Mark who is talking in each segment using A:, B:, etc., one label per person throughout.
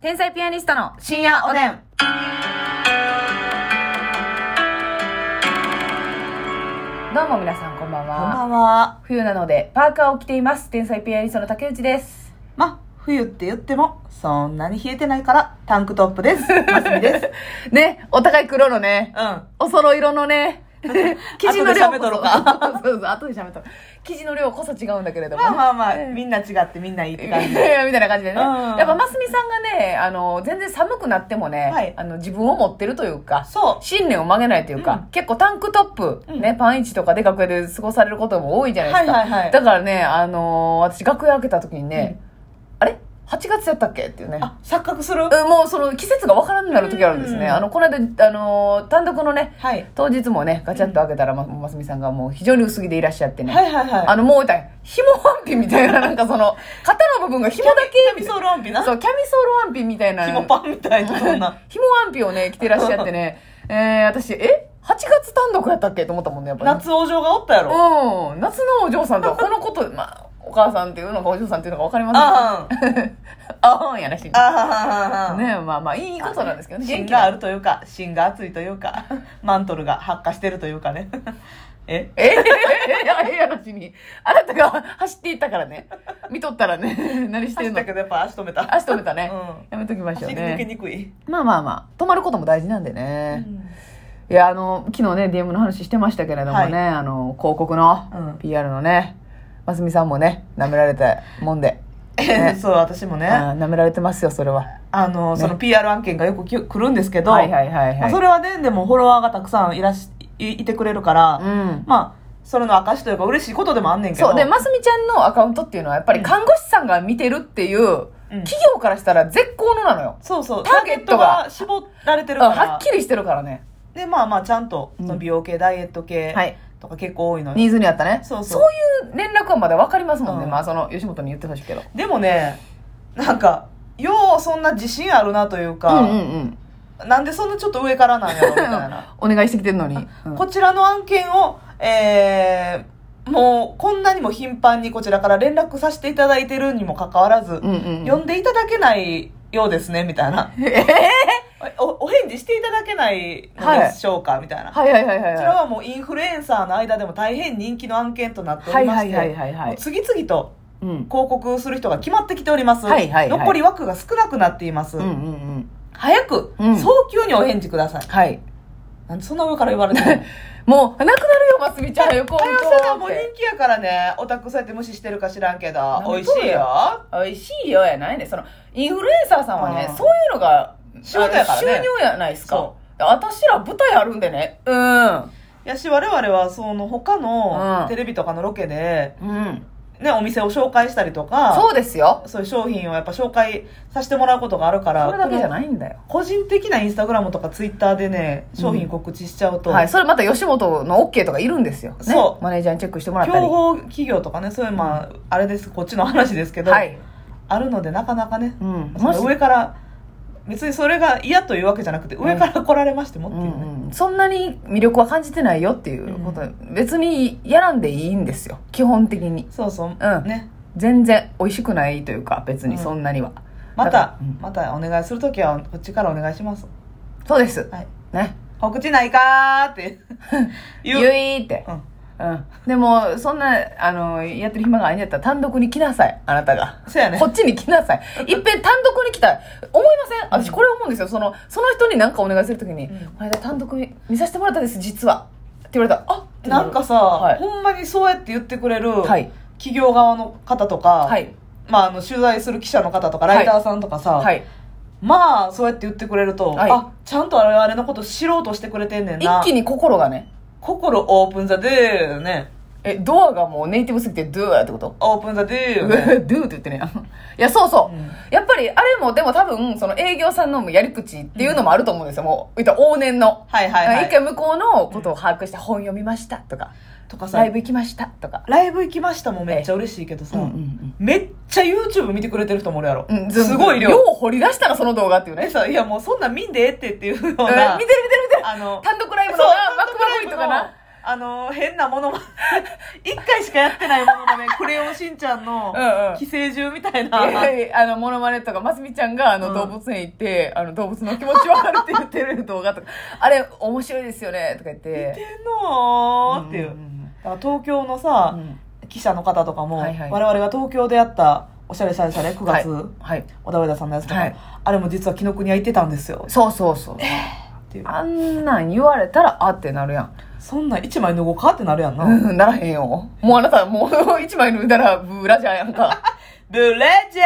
A: 天才ピアニストの深夜おでん。どうも皆さんこんばんは。
B: こんばんは。
A: 冬なのでパーカーを着ています。天才ピアニストの竹内です。
B: ま、冬って言っても、そんなに冷えてないから、タンクトップ です。ますみです。
A: ね、お互い黒のね、
B: うん。
A: お揃い色の ね、生地の量こ
B: 後で喋っとろう
A: そ、そうそう、後で喋っとろう。生地の量こそ違うんだけれども
B: ま
A: ね、
B: あまあまあ、
A: うん
B: みんな違ってみんないいって
A: み
B: 感じ。
A: たいな感じでね。
B: うん
A: やっぱ、ますみさんがね、あの、全然寒くなってもね、
B: はい
A: あの、自分を持ってるというか、
B: そ
A: 信念を曲げないというか、
B: うん
A: 結構タンクトップ、
B: うん
A: ね、パンイチとかで楽屋で過ごされることも多いじゃ
B: う。
A: ないで
B: は
A: す
B: い
A: か。
B: はいはい。
A: だからね、あのー私楽屋開けた時にね、あれ ?8 月やったっけっていうね。
B: あ、錯覚する
A: うんもうその季節がわからんなる時あるんですね。
B: うん
A: あの、この間、あのー単独のね、
B: はい。
A: 当日もね、ガチャッと開けたら、ま、ますみさんがもう非常に薄着でいらっしゃってね。
B: はいはいはい。
A: あの、もう、紐ワンピみたいな、なんかその、肩の部分が紐だけ
B: ミ
A: み
B: ソ
A: たい
B: ールアンピ
A: な。
B: な。
A: そう、キャミソールワンピみたいな。
B: 紐パンみたいな、そんな。
A: 紐ワンピをね、着てらっしゃって ね。えー、私、え ?8 月単独やったっけと思ったもんね、やっぱり、
B: 夏王女がおったやろ。
A: うん。夏のお嬢さんとは、このこと、まあ、お母さんっていうのかお嬢さんっていうのかわかりませんけ
B: ああ、うん。
A: ど。あーんやらしい。ね
B: ああ、うん。
A: まあまあ、いいことなんですけどね。
B: 芯
A: 元気
B: があ
A: な。
B: るというか、芯が熱いという か、マントルが発火してるというかね。 え
A: ええいや、ええ話に。あなたが走っていったからね。見とったらね、何してん
B: 走っ
A: の
B: たけどやっぱ足止めた。
A: 足止めたね。
B: う
A: やめときま
B: ん。
A: しょう
B: 走り抜け
A: ね。
B: にくい。
A: まあまあまあ、止まることも大事なんで
B: う
A: ね。
B: ん
A: いや、あの、昨日ね、DM の話してましたけれどもね、
B: はい
A: あの、広告の、
B: うん
A: PR のね、ますみさんもね、舐められたもんで。ね
B: そう、私もね。
A: あー舐められてますよ、それは。
B: あの、
A: ね
B: その PR 案件がよくき来るんですけど、
A: はいはいはい
B: ま
A: は
B: あ
A: い。
B: それはね、でもフォロワーがたくさんいらし、いいてくれるから、
A: うん。
B: まあ、それの証というか嬉しいことでもあんねんけど。
A: そう。で、ますみちゃんのアカウントっていうのは、やっぱり看護師さんが見てるっていう、
B: うん
A: 企業からしたら絶好のなのよ。
B: そうそう、
A: ターゲットが
B: ターゲットが絞られて
A: うん
B: るから。
A: はっきりしてるからね。
B: で、まあまあ、ちゃんと、その美容系、ダイエット系
A: はい
B: とか結構多いのよ。
A: ニーズにあったね。
B: そう
A: そ
B: そうう
A: いう連絡はまだ分かりますもんね。
B: うん
A: まあ、その、吉本に言ってほしいけど。
B: でもね、なんか、ようそんな自信あるなという
A: う
B: か、
A: んうんうん。
B: なんでそんなちょっと上からなんやろみた いな。
A: お願いしてきてるのに。うん
B: こちらの案件を、えーもうこんなにも頻繁にこちらから連絡させていただいてるにもかかわらず、
A: うんうんうん。
B: 呼んでいただけないようですね、みたい な。
A: えー
B: おお返事していただけないのでしょうか、みたいな。こ
A: はいはいはいはい
B: ちら
A: は
B: はもうインフルエンサーの間でも大変人気の案件となって
A: い。
B: お
A: は
B: り
A: い
B: ま
A: は
B: し
A: い
B: て、
A: はいはいは
B: もう
A: い。
B: 次々と
A: うん。
B: 広告する人が決まってきております。
A: はいはいはい
B: 残り枠が少なくなっています。
A: うんうんうん。
B: 早く、
A: うん
B: 早急にお返事ください。
A: はい。
B: なんでそんな上から言われてるの
A: もう、なくなるよ、ますみちゃん。よ、こ
B: あやさんも
A: う
B: 人気やからねオタクそうやって無視してるか知らんけど
A: なん
B: 美
A: で
B: 味
A: そう
B: しいよ
A: 美味しいよやないねそのインフルエンサーさんはね
B: うん
A: そういうのが
B: 仕事やからね
A: あの収入やないですか
B: そ
A: 私ら舞台あるんでねうん
B: やし我々はその他
A: う
B: の
A: ん
B: テレビとかのロケで、
A: うん
B: ね、お店を紹介したりとか
A: そうですよ
B: そういう商品をやっぱ紹介させてもらうことがあるから
A: それだけじゃないいんだよ
B: 個人的なインスタグラムとかツイッターでね商品告知しちゃうと、
A: はいそれまた吉本の OK とかいるんですよ、ね、
B: そう
A: マネージャーにチェックしてもらったり
B: 競
A: は
B: 合企業とかねそういうまあ、あれですこっちの話ですけど、
A: い
B: あるのでなかなかね、
A: うん
B: その
A: もし
B: 上から別にそれが嫌というわけじゃなくて上から来られましてもっ
A: う
B: ていうね、
A: んうん、そんなに魅力は感じてないよっていうこと、別にやらんでいいんですよ基本的に
B: そうそう、
A: うん
B: ね
A: 全然美味しくないというか別にそんなには、
B: ま
A: だから
B: た、
A: うん
B: またお願いするときはこっちからお願いします
A: そうです
B: はい
A: ね
B: 告知ないかーって 言
A: ゆい
B: う
A: ーって
B: うん
A: うん、でもそんなあのやってる暇があるんやったら単独に来なさいあなたが。
B: そうやね
A: こっちに来なさい。いっぺん単独に来たら、思いません私これ思うんですよ。その、その人に何かお願いするときに、
B: うん
A: この間単独に見させてもらったんです、実は。って言われたら、あってな
B: な
A: る
B: んかさ、
A: はい
B: ほんまにそうやって言ってくれる
A: はい。
B: 企業側の方とか、
A: はい。
B: まあ、あの取材する記者の方とか
A: はい
B: ライターさんとかさ、
A: はい。
B: まあそうやって言ってくれると、
A: はい
B: あちゃんと我々のこと知ろうとしてくれてんねんな
A: 一気に心がね、
B: 心オープンザデーね
A: え、ドアがもうネイティブすぎて、ドゥーってこと
B: オープンザデ
A: ドゥ
B: ーね
A: ーって言ってね。いや、そうそう。
B: うん
A: やっぱり、あれも、でも多分、その営業さんのやり口っていうのもあると思うんですよ。もう、言ったら往年の。
B: はいはいは
A: 一
B: い
A: 回向こうのことを把握して本読みましたとか、
B: とかさ
A: ライブ行きましたとか。
B: ライブ行きましたもんめっちゃ嬉しいけどさ、めっちゃ YouTube 見てくれてる人もおるやろ。
A: うん
B: すごい量。
A: よう掘り出したな、その動画っていう
B: え
A: ね。
B: さ、いやもうそんなん見んでええってっていうよう
A: うん見てる
B: な
A: 見てる見てる
B: あの、
A: 単独ライブの
B: そう
A: な、マックマグリとかな。
B: あのー変なものまね一回しかやってないものまねクレヨンしんちゃんの
A: うんうん
B: 寄生獣みたいな、
A: いやいやあの、モノマネとか、ますみちゃんが、あの、
B: うん
A: 動物園行って、あの、動物の気持ちわかるって言ってる動画 とか、あれ、面白いですよね、とか言って。
B: 変のーっていう、
A: んん
B: だから東京のさ
A: う、ん
B: 記者の方とかも、
A: はいはい
B: 我々が東京でやったおしゃれしゃれしゃれ9月、
A: はい。
B: 小田上田さんのやつとか、
A: はい
B: あれも実は紀ノ国屋行ってたんですよ
A: そうそうそう。
B: っていう
A: あんなん言われたら、あってなるやん。
B: そんなん一枚脱ごうかってなるやんな、
A: うん、ならへんよ。もうあなた、もう一枚脱いだら、ブラジャーやんか。
B: ブレジェ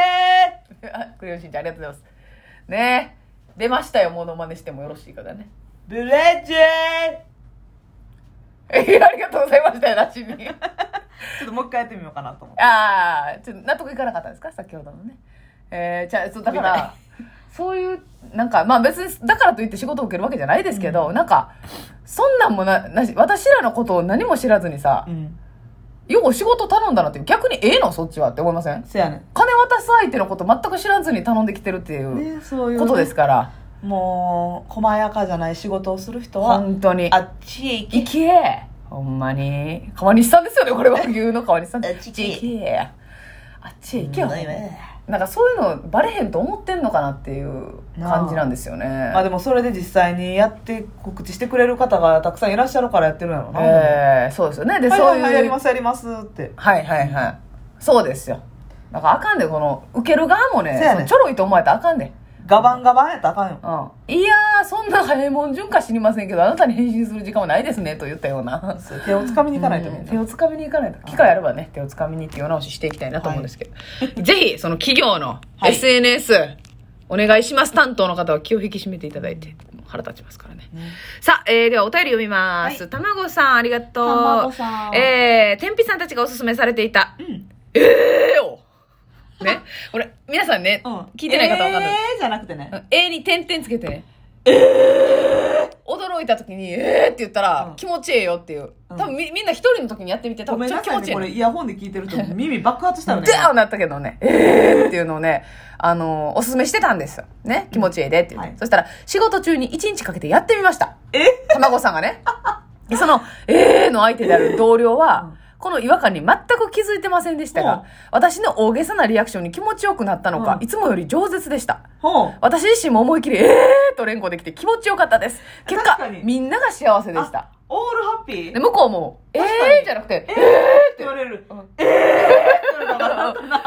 B: ー
A: あクレヨンしんちゃん、ありがとうございます。ねえ。出ましたよ、モノマネしてもよろしいからね。
B: ブレジェー
A: え、ありがとうございましたよ、なしに。
B: ちょっともう一回やってみようかなと思って
A: ああ、ちょっと納得いかなかったんですか先ほどのね。えー、じゃあ、そう、だから、そういう、なんか、まあ別に、だからといって仕事を受けるわけじゃないですけど、なんか、そんなんもな、なし、私らのことを何も知らずにさ、
B: うん
A: よう仕事頼んだなっていう、逆にええのそっちはって思いません
B: せやね
A: 金渡す相手のこと全く知らずに頼んできてるってい
B: ん
A: う
B: ねそういうね
A: ことですから、
B: もう細やかじゃない仕事をする人は
A: 本当に
B: あ。っちへ行き
A: いけほんまに。川西さんですよね、これは。牛の川西さん。
B: あっち行け
A: 行けあっちへ行けよ。
B: うん
A: なんかそういうのバレへんと思ってんのかなっていう感じなんですよね。
B: まあでもそれで実際にやって告知してくれる方がたくさんいらっしゃるからやってるんやろうな、
A: えーそうですよね。で、
B: はい
A: そう。
B: はいいうはいやりますやりますって
A: はいはいはい。そうですよ。だからあかんで、この、受ける側もね、
B: そうやね
A: そのちょろいと思われたらあかんで。
B: ガバンガバンやったらあかんよ
A: うん。いやー、そんな早いもん順か知りませんけど、あなたに返信する時間はないですね、と言ったような。
B: 手をつかみに行かないとみん
A: うん
B: な
A: 手をつかみに行かないと機会あればね手をつかみにっていうお直ししていきたいなと思うんですけど、 ぜひその企業の
B: はい
A: SNS、お願いします担当の方は気を引き締めていただいて腹立ちますからね
B: ね
A: さあ、えーではお便り読みます、たまごさんありがとう
B: 卵さん
A: えー、天日さんたちがおすすめされていた、
B: ん
A: ええよねこれ皆さんね、
B: うん
A: 聞いてない方わかんない、
B: えーじゃなくてね
A: うん A に点々つけてね。えー、驚いた時に、えーって言ったら、
B: うん
A: 気持ちええよっていう。
B: う
A: 多
B: ん
A: 分みみんな一人の時にやってみて、多
B: ごめ
A: 分
B: ん
A: ちょ
B: な
A: っと気持
B: さいね
A: ちえ
B: これ
A: え
B: イヤホンで聞いてると耳爆発した
A: の。
B: よね
A: ダウンなったけどね、えーっていうのをね、あのーおすすめしてたんですよ。ね、気持ちええでっていう、
B: はい
A: そしたら、仕事中に1日かけてやってみました。
B: え
A: 卵さんがね。でその、えーの相手である同僚
B: う
A: は
B: ん、
A: この違和感に全く気づいてませんでした
B: うん
A: が、私の大げさなリアクションに気持ちよくなったのか、
B: うん
A: いつもより饒舌でした。
B: ほう
A: 私自身も思いっきり、えーと連呼できて気持ちよかったです。結果
B: 確か、に
A: みんなが幸せでした。
B: オールハッピー
A: で、向こうも、えー
B: 確かに
A: じゃなくて、えー、
B: って言われる。
A: うん
B: ええって言われたら、なんか
A: ほいでね、ほいでね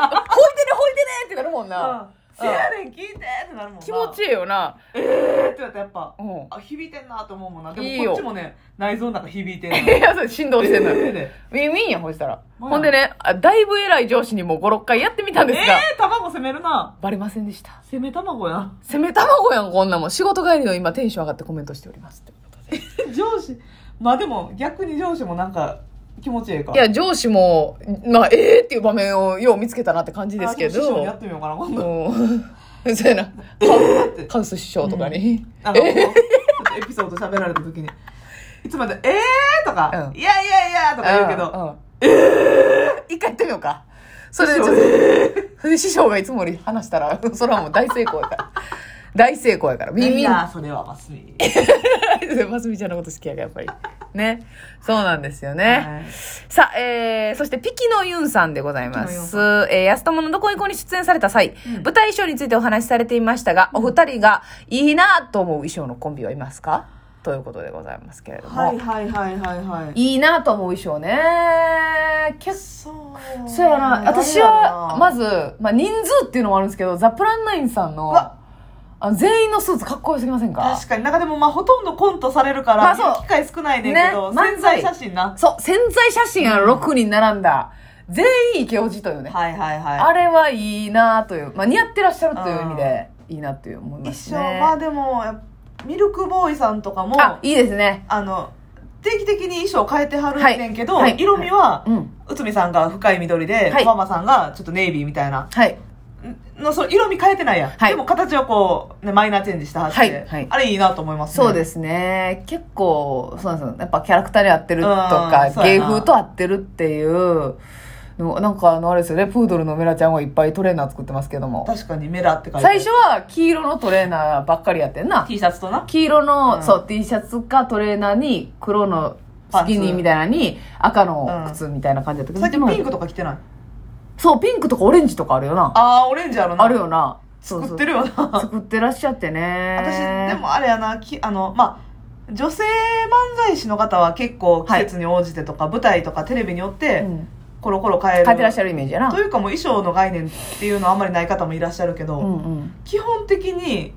A: ってなるもん
B: な
A: な。
B: うんせやねん、聞いてってなるもんな。
A: 気持ちいいよな。
B: ええって言われたらやっぱ、
A: うん。
B: あ、響いてんなと思うもんな。で
A: いい
B: も
A: よ
B: こっちもね、内臓の中響いてん の。
A: いや、それ振動してんの
B: ええ
A: よ。
B: で
A: ウィンウィンやん、ほいしたら。
B: まあ
A: ほんでね、あだいぶ偉い上司にも5、6回やってみたん
B: え
A: ですが、
B: え卵攻めるな。
A: バレませんでした。
B: 攻め卵や ん。
A: 攻め卵やん、こんなもん。仕事帰りの今テンション上がってコメントしておりますってことで。
B: 上司、まあでも逆に上司もなんか気持ちいいか。
A: いや、上司も、まあ、えーっていう場面をよう見つけたなって感じですけ
B: あちょっと師匠
A: ど
B: にやっ。てみようかな、今度。
A: うん。 そうやな。
B: えって。
A: カウス師匠とかに。
B: あの、ちょっとエピソード喋られた時に。いつまで、ええーとか、
A: うん
B: いやいやいやとか言うけど、
A: うん。えー一回やってみようか。それでちょっと、それで師匠がいつもより話したら、 それはもう大成功やから。 大成功やから。ビン
B: い
A: ビン。
B: や、それはますみ。
A: ますみちゃんのこと好きやから、やっぱり。ね。そうなんですよね。
B: はい
A: さあ、えー、そして、ピキのユンさんでございま
B: ピキのユン
A: す。
B: さ
A: えー、安友のどこいこに出演された際、舞台衣装についてお話しされていましたが、お二人がいいなと思う衣装のコンビはいますかということでございますけれども。
B: はいはいはいはいはい。
A: いいなと思う衣装ね。結
B: そう。
A: 構、そうやな。私は、まず、まあ、人数っていうのもあるんですけど、ザ・プランナインさんの、
B: わ
A: あの全員のスーツかっこよすぎませんか
B: 確かに、中でもまあほとんどコントされるか
A: まあ
B: ら、
A: そう
B: 機会少ないねんけど、
A: ね
B: 潜在写真な。
A: そう、潜在写真ある6人並んだ、全員イケオジというね。
B: はいはいは
A: あれはいいなという、まあ、似合ってらっしゃるという意味で、いいなという思い
B: い。衣
A: ます
B: 装
A: ね。
B: はでも、やっぱミルクボーイさんとかも、
A: あ
B: あ、
A: いいですね。
B: の、定期的に衣装変えてはるねんけど、
A: はいはい
B: 色味は
A: う、ん。
B: 内海さんが深い緑で、
A: はい
B: ママさんがちょっとネイビーみたいな。
A: はい。
B: のその色味変えてないやん、
A: はい
B: でも形をこう、ね、マイナーチェンジしたはずで、
A: はいはい
B: あれいいなと思いますね
A: そうですね。結構、そうなんですよ。やっぱキャラクターに合ってると
B: う
A: か
B: ん、そうや
A: 芸
B: な
A: 風と合ってるっていうの、なんかあの、あれですよね、プードルのメラちゃんはいっぱいトレーナー作ってますけども。
B: 確かにメラって書いてあ
A: 最
B: る
A: 初は黄色のトレーナーばっかりやってんな。
B: T シャツとな
A: 黄色の、
B: うん
A: そう、T シャツかトレーナーに黒の
B: パン
A: ス
B: ツ
A: キニーみたいなのに、赤の靴みたいな感じだったけど、
B: 最
A: でも
B: 近ピンクとか着てない
A: そう、ピンクとかオレンジとかあるよな。
B: あーオレンジあるな
A: あるよな。そうそう
B: 作ってるよな
A: 作ってらっしゃってね。
B: 私で、もあれやなきあのまあ女性漫才師の方は結構季節に応じてとか、舞台とかテレビによっ
A: う
B: て
A: ん、
B: コロコロ変える、
A: 変えてらっしゃるイメージやな。
B: というかもう衣装の概念っていうのはあんまりない方もいらっしゃるけど、
A: うんうん。
B: 基本的に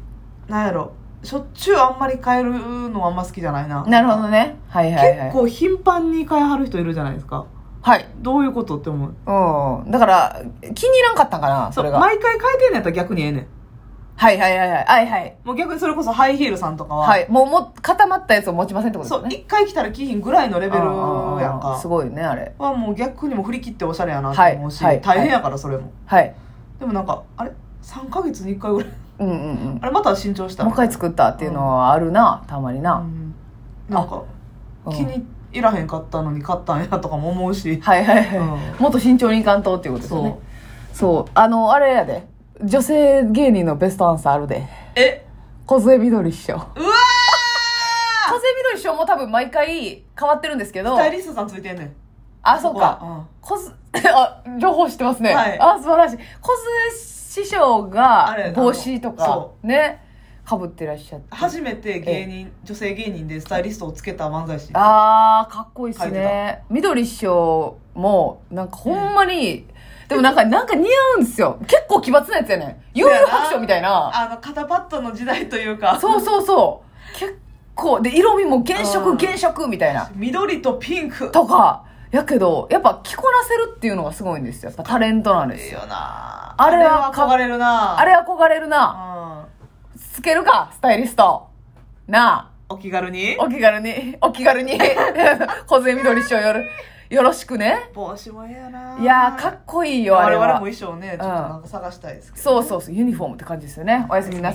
B: なんやろしょっちゅうあんまり変えるのはあんま好きじゃないな
A: なるほどね。はいはいはい。
B: 結構頻繁に変えはる人いるじゃないですか
A: はい。
B: どういうことって思う
A: うん。だから、気に入らんかったんかな、
B: そ
A: そうれが。はい
B: 毎回変えてんのやったら逆にええねん
A: はいはいはい。はいはい。
B: もう逆にそれこそハイヒールさんとかは、
A: はい。もう、もう固まったやつを持ちませんってこと
B: そう
A: ですね。
B: 一回来たら着ひんぐらいのレベルやん
A: あー
B: か
A: すごいね、あれ。
B: はもう逆にも振り切っておしゃれやなと思うし、
A: はいはい
B: 大変やからそれも、
A: はい。
B: でもなんかあれ3ヶ月に1回ぐらい
A: うんうんうん。
B: あれまた新調した
A: もう一回作ったっていうのはあるな、たまに
B: う
A: な。
B: んなんか
A: うん
B: 気に入らへんかったのに買ったんやとかも思うし、
A: はいはいはい。
B: う
A: もっと慎重にいかんとっていうことですよね
B: そ。
A: そう。あの、あれやで。女性芸人のベストアンサーあるで。
B: え
A: 小杉みどり師匠。
B: うわ
A: 小杉みどり師匠も多分毎回変わってるんですけ
B: ー
A: ど
B: ス。タイリストさんついてんねん
A: あ、そうか。
B: ん
A: こず、 あ、情報知ってますね。
B: はい
A: あ、素晴らしい。小杉師匠が
B: あれ
A: 帽子と
B: あの
A: か
B: そ、
A: ね、かぶってらっしゃって。
B: 初めて芸人女性芸人でスタイリストをつけた漫才師
A: あー、かっこいいっす
B: 書いて
A: ね。緑師匠も、なんかほんまに、でもなんか、なんか似合うんですよ。結構奇抜なやつやねん。幽遊白書みたいな。
B: あの肩パッドの時代というか
A: そうそうそう。結構、で、色味も原
B: うん
A: 色原色みたいな。
B: 緑とピンク
A: とか、やけど、やっぱ着こなせるっていうのがすごいんですよ。やっぱタレントなんで
B: い
A: す
B: い
A: よ。
B: よな
A: あれは
B: あ憧れるな
A: あれ憧れるな。
B: うん
A: つけるか、スタイリスト。な
B: お気軽に
A: あ、お気軽に、お気軽に、 小杉みどり師匠よろよろしくね。
B: 帽子もええやない
A: いやー、かっこいい
B: い
A: よ、あ
B: 我
A: れ
B: 々も
A: は。
B: 衣装ねちょっとなんか探したいですけど
A: そうそうそう、ユニフォームって感じですよね。おやすみな